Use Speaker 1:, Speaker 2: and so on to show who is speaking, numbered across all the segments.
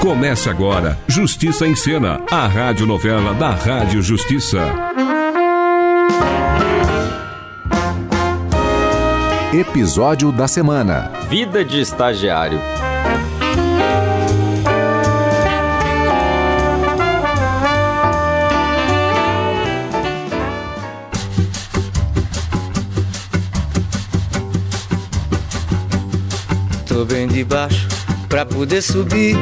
Speaker 1: Começa agora Justiça em Cena, a rádio novela da Rádio Justiça.
Speaker 2: Episódio da semana.
Speaker 3: Vida de estagiário.
Speaker 4: Tô bem de baixo pra poder subir.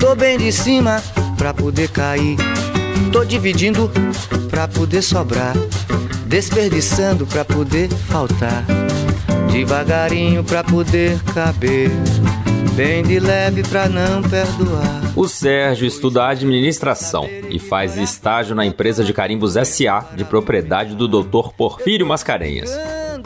Speaker 4: Tô bem de cima pra poder cair. Tô dividindo pra poder sobrar. Desperdiçando pra poder faltar. Devagarinho pra poder caber. Bem de leve pra não perdoar.
Speaker 3: O Sérgio estuda administração e faz estágio na empresa de carimbos SA de propriedade do Dr. Porfírio Mascarenhas.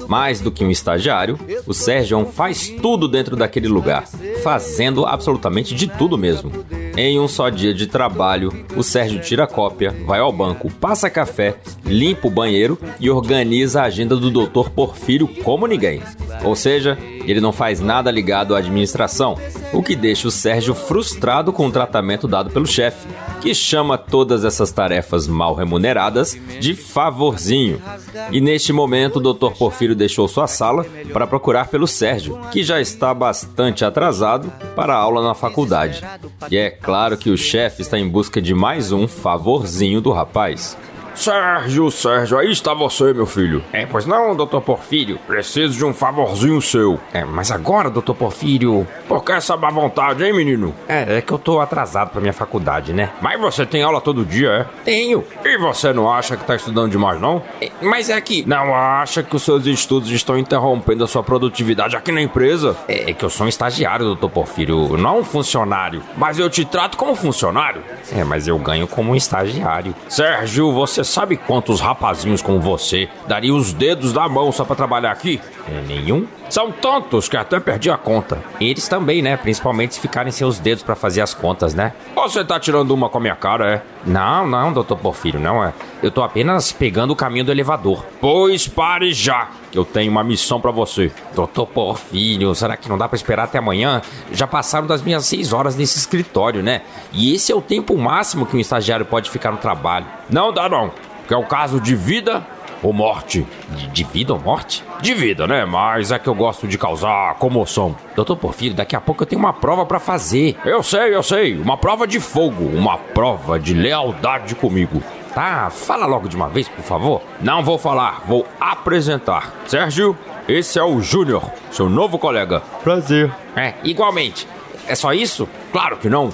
Speaker 3: Mais do que um estagiário, o Sérgio é um faz tudo dentro daquele lugar, fazendo absolutamente de tudo mesmo. Em um só dia de trabalho, o Sérgio tira cópia, vai ao banco, passa café, limpa o banheiro e organiza a agenda do Dr. Porfírio como ninguém. Ou seja, ele não faz nada ligado à administração, o que deixa o Sérgio frustrado com o tratamento dado pelo chefe, que chama todas essas tarefas mal remuneradas de favorzinho. E neste momento, o Dr. Porfírio deixou sua sala para procurar pelo Sérgio, que já está bastante atrasado para a aula na faculdade. E é claro que o chefe está em busca de mais um favorzinho do rapaz.
Speaker 5: Sérgio, Sérgio, aí está você, meu filho.
Speaker 6: É, pois não, doutor Porfírio.
Speaker 5: Preciso de um favorzinho seu.
Speaker 6: É, mas agora, doutor Porfírio.
Speaker 5: Por que essa má vontade, hein, menino?
Speaker 6: É, é que eu tô atrasado pra minha faculdade, né?
Speaker 5: Mas você tem aula todo dia, é?
Speaker 6: Tenho.
Speaker 5: E você não acha que tá estudando demais, não?
Speaker 6: É, mas é que.
Speaker 5: Não acha que os seus estudos estão interrompendo a sua produtividade aqui na empresa?
Speaker 6: É, é que eu sou um estagiário, doutor Porfírio, não um funcionário.
Speaker 5: Mas eu te trato como funcionário.
Speaker 6: É, mas eu ganho como um estagiário.
Speaker 5: Sérgio, você você sabe quantos rapazinhos como você daria os dedos da mão só para trabalhar aqui?
Speaker 6: É nenhum.
Speaker 5: São tantos que até perdi a conta.
Speaker 6: Eles também, né? Principalmente se ficarem sem os dedos para fazer as contas, né?
Speaker 5: Você tá tirando uma com a minha cara, é?
Speaker 6: Não, não, doutor Porfírio, não é. Eu tô apenas pegando o caminho do elevador.
Speaker 5: Pois pare já, que eu tenho uma missão para você.
Speaker 6: Doutor Porfírio, será que não dá para esperar até amanhã? Já passaram das minhas seis horas nesse escritório, né? E esse é o tempo máximo que um estagiário pode ficar no trabalho.
Speaker 5: Não dá não, porque é um caso de vida ou morte.
Speaker 6: De, de, vida ou morte?
Speaker 5: De vida, né? Mas é que eu gosto de causar comoção.
Speaker 6: Doutor Porfírio, daqui a pouco eu tenho uma prova para fazer.
Speaker 5: Eu sei, eu sei. Uma prova de fogo. Uma prova de lealdade comigo.
Speaker 6: Tá, fala logo de uma vez, por favor.
Speaker 5: Não vou falar, vou apresentar. Sérgio, esse é o Júnior, seu novo colega.
Speaker 7: Prazer.
Speaker 6: É, igualmente. É só isso?
Speaker 5: Claro que não.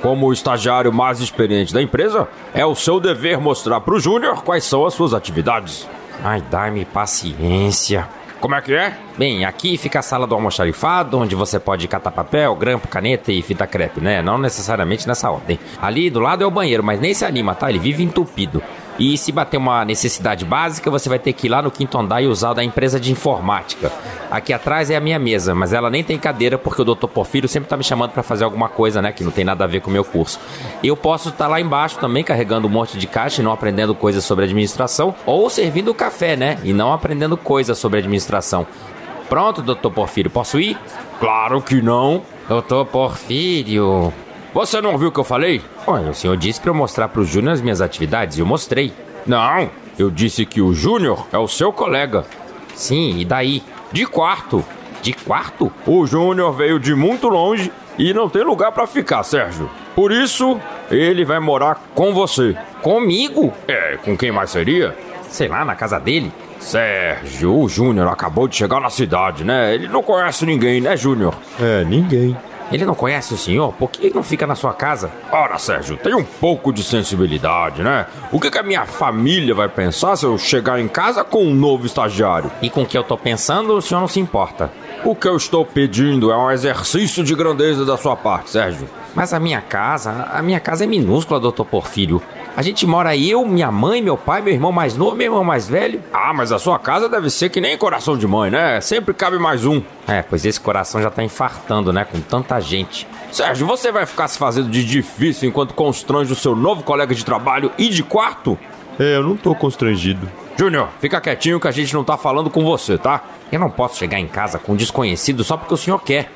Speaker 5: Como o estagiário mais experiente da empresa, é o seu dever mostrar para o Júnior quais são as suas atividades.
Speaker 6: Ai, dá-me paciência.
Speaker 5: Como é que é?
Speaker 6: Bem, aqui fica a sala do almoxarifado, onde você pode catar papel, grampo, caneta e fita crepe, né? Não necessariamente nessa ordem. Ali do lado é o banheiro, mas nem se anima, tá? Ele vive entupido. E se bater uma necessidade básica, você vai ter que ir lá no quinto andar e usar o da empresa de informática. Aqui atrás é a minha mesa, mas ela nem tem cadeira porque o Dr. Porfírio sempre tá me chamando para fazer alguma coisa, né, que não tem nada a ver com o meu curso. Eu posso estar tá lá embaixo também carregando um monte de caixa e não aprendendo coisas sobre administração, ou servindo café, né, e não aprendendo coisas sobre administração. Pronto, Dr. Porfírio, posso ir?
Speaker 5: Claro que não.
Speaker 6: Dr. Porfírio,
Speaker 5: você não ouviu o que eu falei?
Speaker 6: Olha, o senhor disse para eu mostrar para o Júnior as minhas atividades e eu mostrei.
Speaker 5: Não, eu disse que o Júnior é o seu colega.
Speaker 6: Sim, e daí?
Speaker 5: De quarto.
Speaker 6: De quarto?
Speaker 5: O Júnior veio de muito longe e não tem lugar para ficar, Sérgio. Por isso, ele vai morar com você.
Speaker 6: Comigo?
Speaker 5: É, com quem mais seria?
Speaker 6: Sei lá, na casa dele.
Speaker 5: Sérgio, o Júnior acabou de chegar na cidade, né? Ele não conhece ninguém, né, Júnior?
Speaker 7: É, ninguém.
Speaker 6: Ele não conhece o senhor? Por que não fica na sua casa?
Speaker 5: Ora, Sérgio, tem um pouco de sensibilidade, né? O que, que, a minha família vai pensar se eu chegar em casa com um novo estagiário?
Speaker 6: E com o que eu tô pensando, o senhor não se importa.
Speaker 5: O que eu estou pedindo é um exercício de grandeza da sua parte, Sérgio.
Speaker 6: Mas a minha casa, a minha casa é minúscula, doutor Porfírio. A gente mora eu, minha mãe, meu pai, meu irmão mais novo, meu irmão mais velho.
Speaker 5: Ah, mas a sua casa deve ser que nem coração de mãe, né? Sempre cabe mais um.
Speaker 6: É, pois esse coração já tá infartando, né? Com tanta gente.
Speaker 5: Sérgio, você vai ficar se fazendo de difícil enquanto constrange o seu novo colega de trabalho e de quarto?
Speaker 7: É, eu não tô constrangido.
Speaker 5: Júnior, fica quietinho que a gente não tá falando com você, tá?
Speaker 6: Eu não posso chegar em casa com um desconhecido só porque o senhor quer.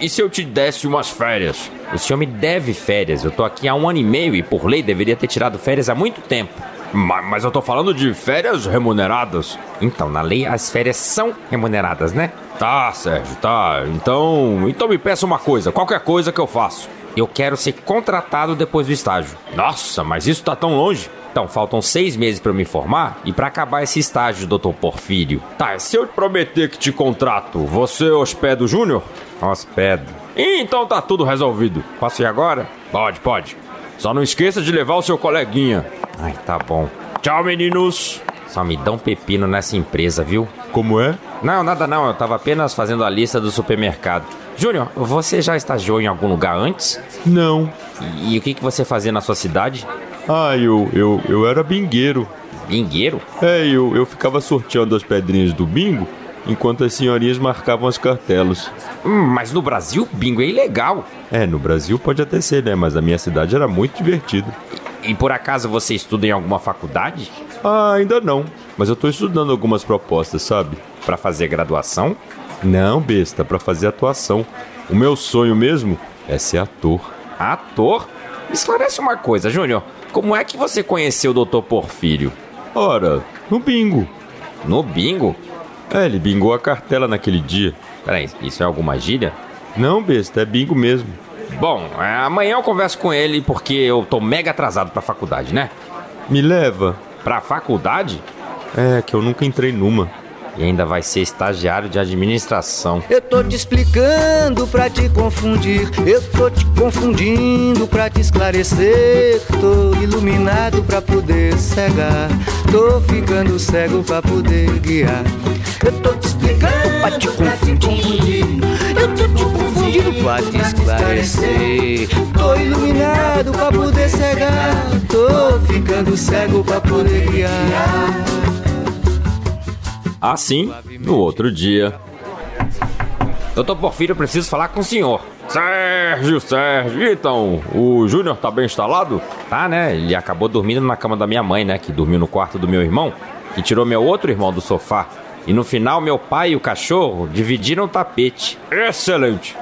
Speaker 5: E se eu te desse umas férias?
Speaker 6: O senhor me deve férias. Eu tô aqui há um ano e meio e, por lei, deveria ter tirado férias há muito tempo.
Speaker 5: Mas, mas eu tô falando de férias remuneradas.
Speaker 6: Então, na lei, as férias são remuneradas, né?
Speaker 5: Tá, Sérgio, tá. Então, então me peça uma coisa, qualquer coisa que eu faço.
Speaker 6: Eu quero ser contratado depois do estágio.
Speaker 5: Nossa, mas isso tá tão longe.
Speaker 6: Então, faltam seis meses para me formar e para acabar esse estágio, doutor Porfírio.
Speaker 5: Tá, se eu prometer que te contrato, você hospeda o Júnior?
Speaker 6: Hospedo.
Speaker 5: Então tá tudo resolvido.
Speaker 6: Posso ir agora?
Speaker 5: Pode, pode. Só não esqueça de levar o seu coleguinha.
Speaker 6: Ai, tá bom.
Speaker 5: Tchau, meninos.
Speaker 6: Só me dão pepino nessa empresa, viu?
Speaker 7: Como é?
Speaker 6: Não, nada não. Eu tava apenas fazendo a lista do supermercado. Júnior, você já estagiou em algum lugar antes?
Speaker 7: Não.
Speaker 6: E, e o que, que você fazia na sua cidade?
Speaker 7: Ah, eu, eu, eu era bingueiro.
Speaker 6: Bingueiro?
Speaker 7: É, eu, eu ficava sorteando as pedrinhas do bingo enquanto as senhorinhas marcavam as cartelas.
Speaker 6: Hum, mas no Brasil, bingo é ilegal.
Speaker 7: É, no Brasil pode até ser, né? Mas na minha cidade era muito divertido.
Speaker 6: E, e por acaso você estuda em alguma faculdade?
Speaker 7: Ah, ainda não. Mas eu tô estudando algumas propostas, sabe?
Speaker 6: Para fazer graduação?
Speaker 7: Não, besta, para fazer atuação. O meu sonho mesmo é ser ator.
Speaker 6: Ator? Esclarece uma coisa, Júnior. Como é que você conheceu o Dr. Porfírio?
Speaker 7: Ora, no bingo.
Speaker 6: No bingo?
Speaker 7: É, ele bingou a cartela naquele dia.
Speaker 6: Peraí, isso é alguma gíria?
Speaker 7: Não, besta, é bingo mesmo.
Speaker 6: Bom, é, amanhã eu converso com ele porque eu tô mega atrasado pra faculdade, né?
Speaker 7: Me leva.
Speaker 6: Pra faculdade?
Speaker 7: É, que eu nunca entrei numa.
Speaker 6: E ainda vai ser estagiário de administração.
Speaker 4: Eu tô te explicando pra te confundir. Eu tô te confundindo pra te esclarecer. Tô iluminado pra poder cegar. Tô ficando cego pra poder guiar. Eu tô te explicando pra te confundir. Eu tô te confundindo pra te esclarecer. Tô iluminado pra poder cegar. Tô ficando cego pra poder guiar.
Speaker 3: Assim, no outro dia.
Speaker 6: Doutor Porfírio, eu preciso falar com o senhor.
Speaker 5: Sérgio, Sérgio, então, o Júnior tá bem instalado?
Speaker 6: Tá, né? Ele acabou dormindo na cama da minha mãe, né? Que dormiu no quarto do meu irmão, que tirou meu outro irmão do sofá. E no final, meu pai e o cachorro dividiram o tapete.
Speaker 5: Excelente!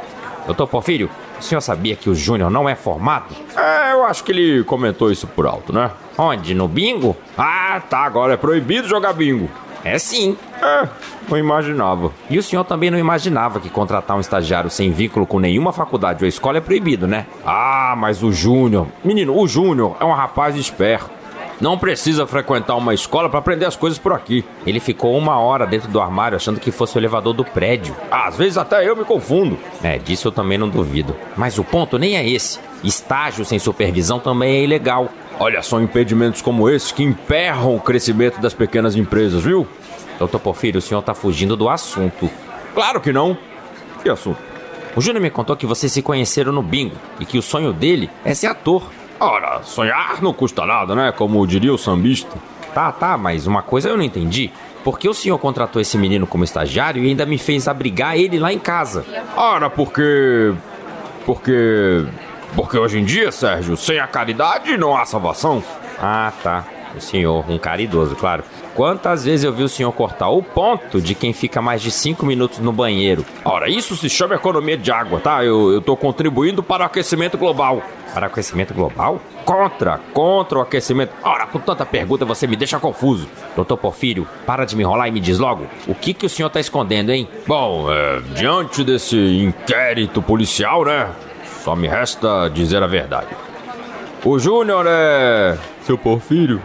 Speaker 6: Doutor Porfírio, o senhor sabia que o Júnior não é formado?
Speaker 5: É, eu acho que ele comentou isso por alto, né?
Speaker 6: Onde? No bingo?
Speaker 5: Ah, tá, agora é proibido jogar bingo.
Speaker 6: É sim.
Speaker 5: É, não imaginava.
Speaker 6: E o senhor também não imaginava que contratar um estagiário sem vínculo com nenhuma faculdade ou escola é proibido, né?
Speaker 5: Ah, mas o Júnior. Menino, o Júnior é um rapaz esperto. Não precisa frequentar uma escola para aprender as coisas por aqui.
Speaker 6: Ele ficou uma hora dentro do armário achando que fosse o elevador do prédio.
Speaker 5: Às vezes até eu me confundo.
Speaker 6: É, disso eu também não duvido. Mas o ponto nem é esse. Estágio sem supervisão também é ilegal.
Speaker 5: Olha, são impedimentos como esse que emperram o crescimento das pequenas empresas, viu?
Speaker 6: Doutor Porfírio, o senhor tá fugindo do assunto.
Speaker 5: Claro que não. Que assunto?
Speaker 6: O Júnior me contou que vocês se conheceram no bingo e que o sonho dele é ser ator.
Speaker 5: Ora, sonhar não custa nada, né? Como diria o sambista.
Speaker 6: Tá, tá, mas uma coisa eu não entendi. Por que o senhor contratou esse menino como estagiário e ainda me fez abrigar ele lá em casa?
Speaker 5: Ora, porque. Porque. Porque hoje em dia, Sérgio, sem a caridade não há salvação.
Speaker 6: Ah, tá. O senhor, um caridoso, claro. Quantas vezes eu vi o senhor cortar o ponto de quem fica mais de cinco minutos no banheiro?
Speaker 5: Ora, isso se chama economia de água, tá? Eu, eu tô contribuindo para o aquecimento global.
Speaker 6: Para o aquecimento global?
Speaker 5: Contra, contra o aquecimento.
Speaker 6: Ora, com tanta pergunta você me deixa confuso. Doutor Porfírio, para de me enrolar e me diz logo. O que, que o senhor tá escondendo, hein?
Speaker 5: Bom, é, diante desse inquérito policial, né? Só me resta dizer a verdade. O Júnior é.
Speaker 7: Seu Porfírio?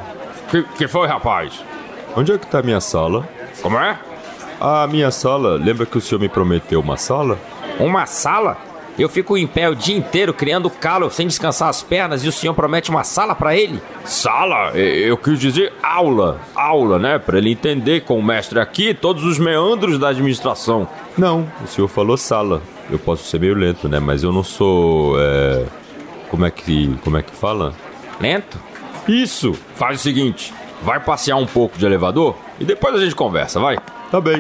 Speaker 5: Que, que foi, rapaz?
Speaker 7: Onde é que tá a minha sala?
Speaker 5: Como é?
Speaker 7: A minha sala, lembra que o senhor me prometeu uma sala?
Speaker 6: Uma sala?
Speaker 8: Eu fico em pé o dia inteiro criando calo sem descansar as pernas e o senhor promete uma sala para ele?
Speaker 6: Sala? Eu quis dizer aula. Aula, né? Para ele entender com o mestre aqui todos os meandros da administração.
Speaker 7: Não, o senhor falou sala. Eu posso ser meio lento, né? Mas eu não sou. É... Como é que. Como é que fala?
Speaker 8: Lento?
Speaker 6: Isso! Faz o seguinte: vai passear um pouco de elevador e depois a gente conversa, vai?
Speaker 7: Tá bem.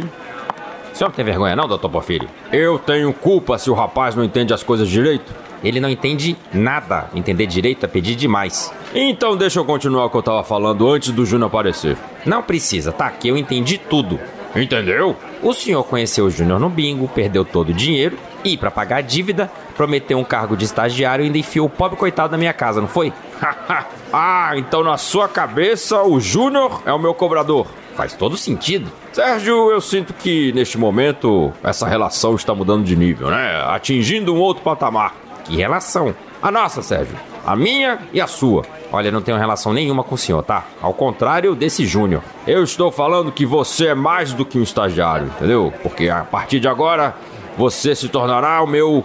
Speaker 8: O senhor não tem vergonha, não, doutor Porfírio?
Speaker 6: Eu tenho culpa se o rapaz não entende as coisas direito.
Speaker 8: Ele não entende nada. Entender direito é pedir demais.
Speaker 6: Então deixa eu continuar o que eu tava falando antes do Júnior aparecer.
Speaker 8: Não precisa, tá aqui, eu entendi tudo.
Speaker 6: Entendeu?
Speaker 8: O senhor conheceu o Júnior no bingo, perdeu todo o dinheiro e, para pagar a dívida, prometeu um cargo de estagiário e ainda enfiou o pobre coitado na minha casa, não foi?
Speaker 6: ah, então na sua cabeça o Júnior é o meu cobrador.
Speaker 8: Faz todo sentido.
Speaker 6: Sérgio, eu sinto que neste momento essa relação está mudando de nível, né? Atingindo um outro patamar.
Speaker 8: Que relação?
Speaker 6: A nossa, Sérgio. A minha e a sua.
Speaker 8: Olha, não tenho relação nenhuma com o senhor, tá? Ao contrário desse Júnior.
Speaker 6: Eu estou falando que você é mais do que um estagiário, entendeu? Porque a partir de agora você se tornará o meu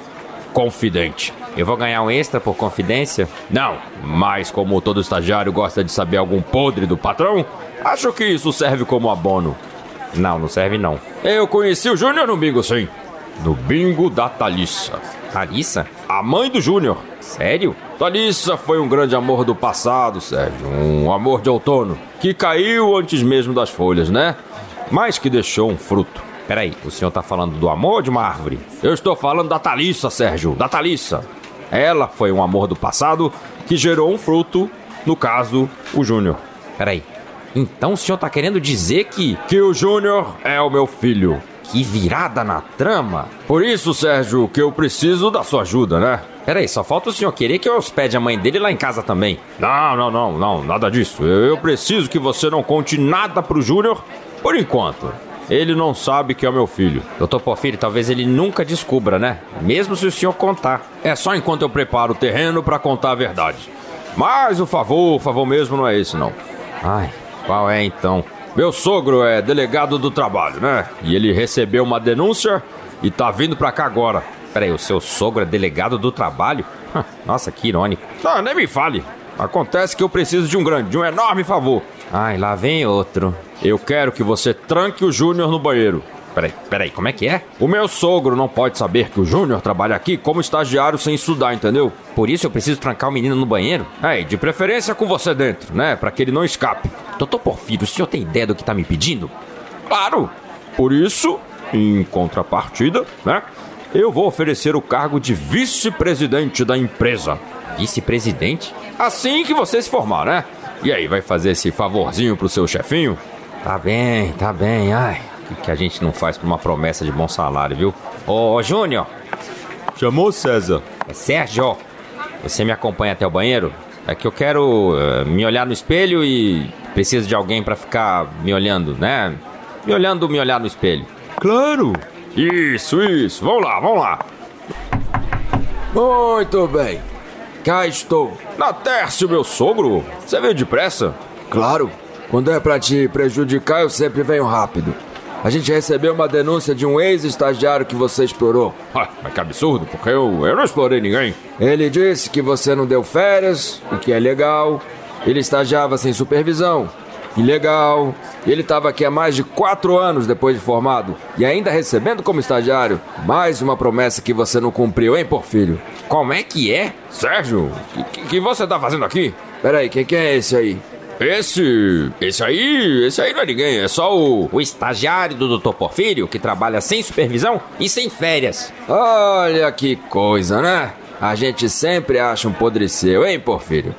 Speaker 6: confidente.
Speaker 8: Eu vou ganhar um extra por confidência?
Speaker 6: Não, mas como todo estagiário gosta de saber algum podre do patrão, acho que isso serve como abono.
Speaker 8: Não, não serve não.
Speaker 6: Eu conheci o Júnior no bingo, sim. No bingo da Thalissa.
Speaker 8: Thalissa?
Speaker 6: A mãe do Júnior.
Speaker 8: Sério?
Speaker 6: Thalissa foi um grande amor do passado, Sérgio. Um amor de outono. Que caiu antes mesmo das folhas, né? Mas que deixou um fruto.
Speaker 8: Peraí, o senhor tá falando do amor ou de uma árvore?
Speaker 6: Eu estou falando da Thalissa, Sérgio, da Thalissa. Ela foi um amor do passado que gerou um fruto, no caso, o Júnior.
Speaker 8: Peraí, então o senhor tá querendo dizer que.
Speaker 6: Que o Júnior é o meu filho.
Speaker 8: Que virada na trama!
Speaker 6: Por isso, Sérgio, que eu preciso da sua ajuda, né?
Speaker 8: Peraí, só falta o senhor querer que eu hospede a mãe dele lá em casa também.
Speaker 6: Não, não, não, não, nada disso. Eu preciso que você não conte nada pro Júnior por enquanto. Ele não sabe que é meu filho.
Speaker 8: Doutor Porfírio, talvez ele nunca descubra, né? Mesmo se o senhor contar.
Speaker 6: É só enquanto eu preparo o terreno para contar a verdade. Mas o favor, o favor mesmo não é esse, não.
Speaker 8: Ai, qual é então?
Speaker 6: Meu sogro é delegado do trabalho, né? E ele recebeu uma denúncia e tá vindo pra cá agora.
Speaker 8: Peraí, o seu sogro é delegado do trabalho? Nossa, que irônico.
Speaker 6: Ah, nem me fale. Acontece que eu preciso de um grande, de um enorme favor.
Speaker 8: Ai, lá vem outro.
Speaker 6: Eu quero que você tranque o Júnior no banheiro.
Speaker 8: Peraí, peraí, como é que é?
Speaker 6: O meu sogro não pode saber que o Júnior trabalha aqui como estagiário sem estudar, entendeu?
Speaker 8: Por isso eu preciso trancar o menino no banheiro?
Speaker 6: É, e de preferência com você dentro, né? Para que ele não escape.
Speaker 8: Doutor Porfírio, o senhor tem ideia do que tá me pedindo?
Speaker 6: Claro! Por isso, em contrapartida, né? Eu vou oferecer o cargo de vice-presidente da empresa.
Speaker 8: Vice-presidente?
Speaker 6: Assim que você se formar, né? E aí, vai fazer esse favorzinho pro seu chefinho?
Speaker 8: Tá bem, tá bem. Ai, o que, que, a gente não faz por uma promessa de bom salário, viu? Ô, ô Júnior!
Speaker 7: Chamou César?
Speaker 8: É Sérgio! Você me acompanha até o banheiro? É que eu quero uh, me olhar no espelho e preciso de alguém para ficar me olhando, né? Me olhando, me olhar no espelho.
Speaker 7: Claro!
Speaker 6: Isso, isso! Vamos lá, vamos lá! Muito bem! Cá estou! Na Tércio, meu sogro! Você veio depressa?
Speaker 9: Claro! Quando é para te prejudicar, eu sempre venho rápido. A gente recebeu uma denúncia de um ex-estagiário que você explorou.
Speaker 6: Ah, mas que absurdo, porque eu, eu não explorei ninguém.
Speaker 9: Ele disse que você não deu férias, o que é legal. Ele estagiava sem supervisão. Ilegal. Ele estava aqui há mais de quatro anos depois de formado e ainda recebendo como estagiário. Mais uma promessa que você não cumpriu, hein, Porfírio?
Speaker 8: Como é que é?
Speaker 6: Sérgio, o que, que você tá fazendo aqui?
Speaker 9: Peraí, quem que é esse aí?
Speaker 6: Esse. Esse aí. Esse aí não é ninguém, é só o.
Speaker 8: O estagiário do Dr. Porfírio que trabalha sem supervisão e sem férias.
Speaker 9: Olha que coisa, né? A gente sempre acha um podreceu, hein, Porfírio?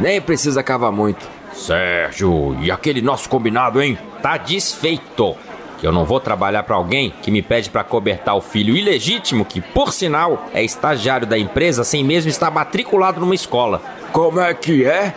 Speaker 9: Nem precisa cavar muito.
Speaker 6: Sérgio, e aquele nosso combinado, hein?
Speaker 8: Tá desfeito. Que eu não vou trabalhar para alguém que me pede para cobertar o filho ilegítimo que, por sinal, é estagiário da empresa sem mesmo estar matriculado numa escola.
Speaker 9: Como é que é?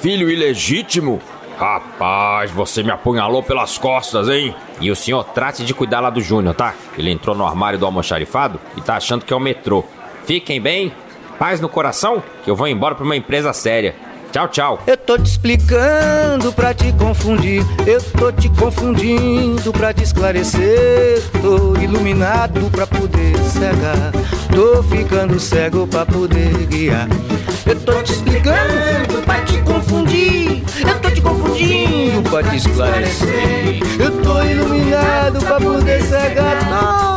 Speaker 9: filho ilegítimo?
Speaker 6: Rapaz, você me apunhalou pelas costas, hein?
Speaker 8: E o senhor trate de cuidar lá do Júnior, tá? Ele entrou no armário do almoxarifado e tá achando que é o metrô. Fiquem bem, paz no coração, que eu vou embora pra uma empresa séria.
Speaker 6: Tchau, tchau.
Speaker 4: Eu tô te explicando pra te confundir. Eu tô te confundindo pra te esclarecer. Tô iluminado pra poder cegar. Tô ficando cego pra poder guiar. Eu tô te explicando pra te confundir. Eu tô te confundindo pra te esclarecer. Eu tô iluminado pra poder cegar.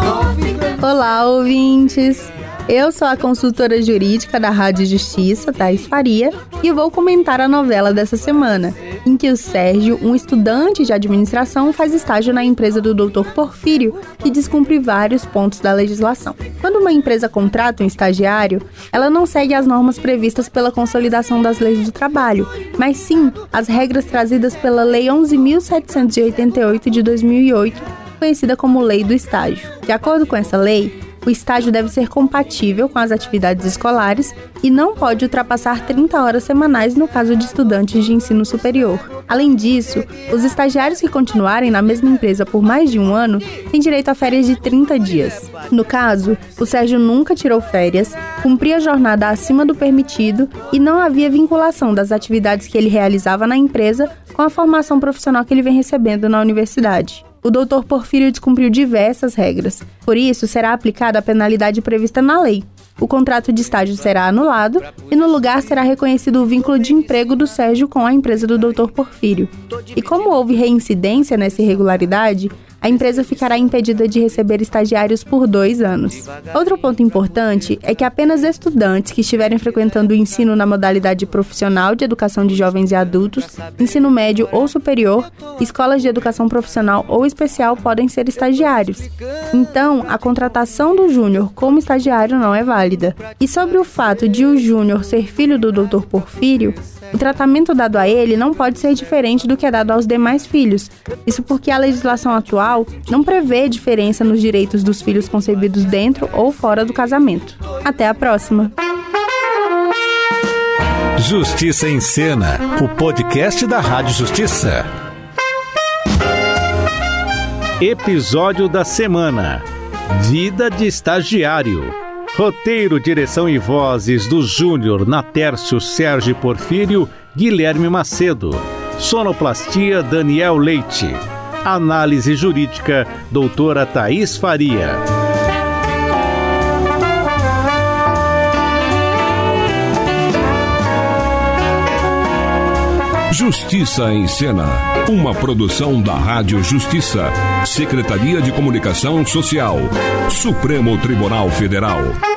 Speaker 4: Tô
Speaker 10: Olá, ouvintes. Eu sou a consultora jurídica da Rádio Justiça, Thais Faria, e vou comentar a novela dessa semana, em que o Sérgio, um estudante de administração, faz estágio na empresa do Dr. Porfírio, que descumpre vários pontos da legislação. Quando uma empresa contrata um estagiário, ela não segue as normas previstas pela Consolidação das Leis do Trabalho, mas sim as regras trazidas pela Lei 11.788 de 2008, conhecida como Lei do Estágio. De acordo com essa lei, o estágio deve ser compatível com as atividades escolares e não pode ultrapassar 30 horas semanais no caso de estudantes de ensino superior. Além disso, os estagiários que continuarem na mesma empresa por mais de um ano têm direito a férias de 30 dias. No caso, o Sérgio nunca tirou férias, cumpria a jornada acima do permitido e não havia vinculação das atividades que ele realizava na empresa com a formação profissional que ele vem recebendo na universidade o doutor Porfírio descumpriu diversas regras. Por isso, será aplicada a penalidade prevista na lei. O contrato de estágio será anulado e, no lugar, será reconhecido o vínculo de emprego do Sérgio com a empresa do doutor Porfírio. E como houve reincidência nessa irregularidade, a empresa ficará impedida de receber estagiários por dois anos. Outro ponto importante é que apenas estudantes que estiverem frequentando o ensino na modalidade profissional de educação de jovens e adultos, ensino médio ou superior, escolas de educação profissional ou especial podem ser estagiários. Então, a contratação do júnior como estagiário não é válida. E sobre o fato de o júnior ser filho do Dr. Porfírio, o tratamento dado a ele não pode ser diferente do que é dado aos demais filhos. Isso porque a legislação atual não prevê diferença nos direitos dos filhos concebidos dentro ou fora do casamento. Até a próxima.
Speaker 11: Justiça em Cena, o podcast da Rádio Justiça. Episódio da semana: Vida de estagiário. Roteiro, direção e vozes do Júnior Natércio Sérgio Porfírio, Guilherme Macedo. Sonoplastia Daniel Leite. Análise jurídica doutora Thaís Faria.
Speaker 1: Justiça em Cena, uma produção da Rádio Justiça, Secretaria de Comunicação Social, Supremo Tribunal Federal.